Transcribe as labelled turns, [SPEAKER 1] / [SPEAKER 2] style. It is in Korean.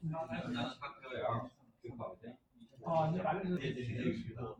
[SPEAKER 1] 나는 학교야. 금방이지.
[SPEAKER 2] 아, 이제 말려줘.
[SPEAKER 1] 예, 예, 예.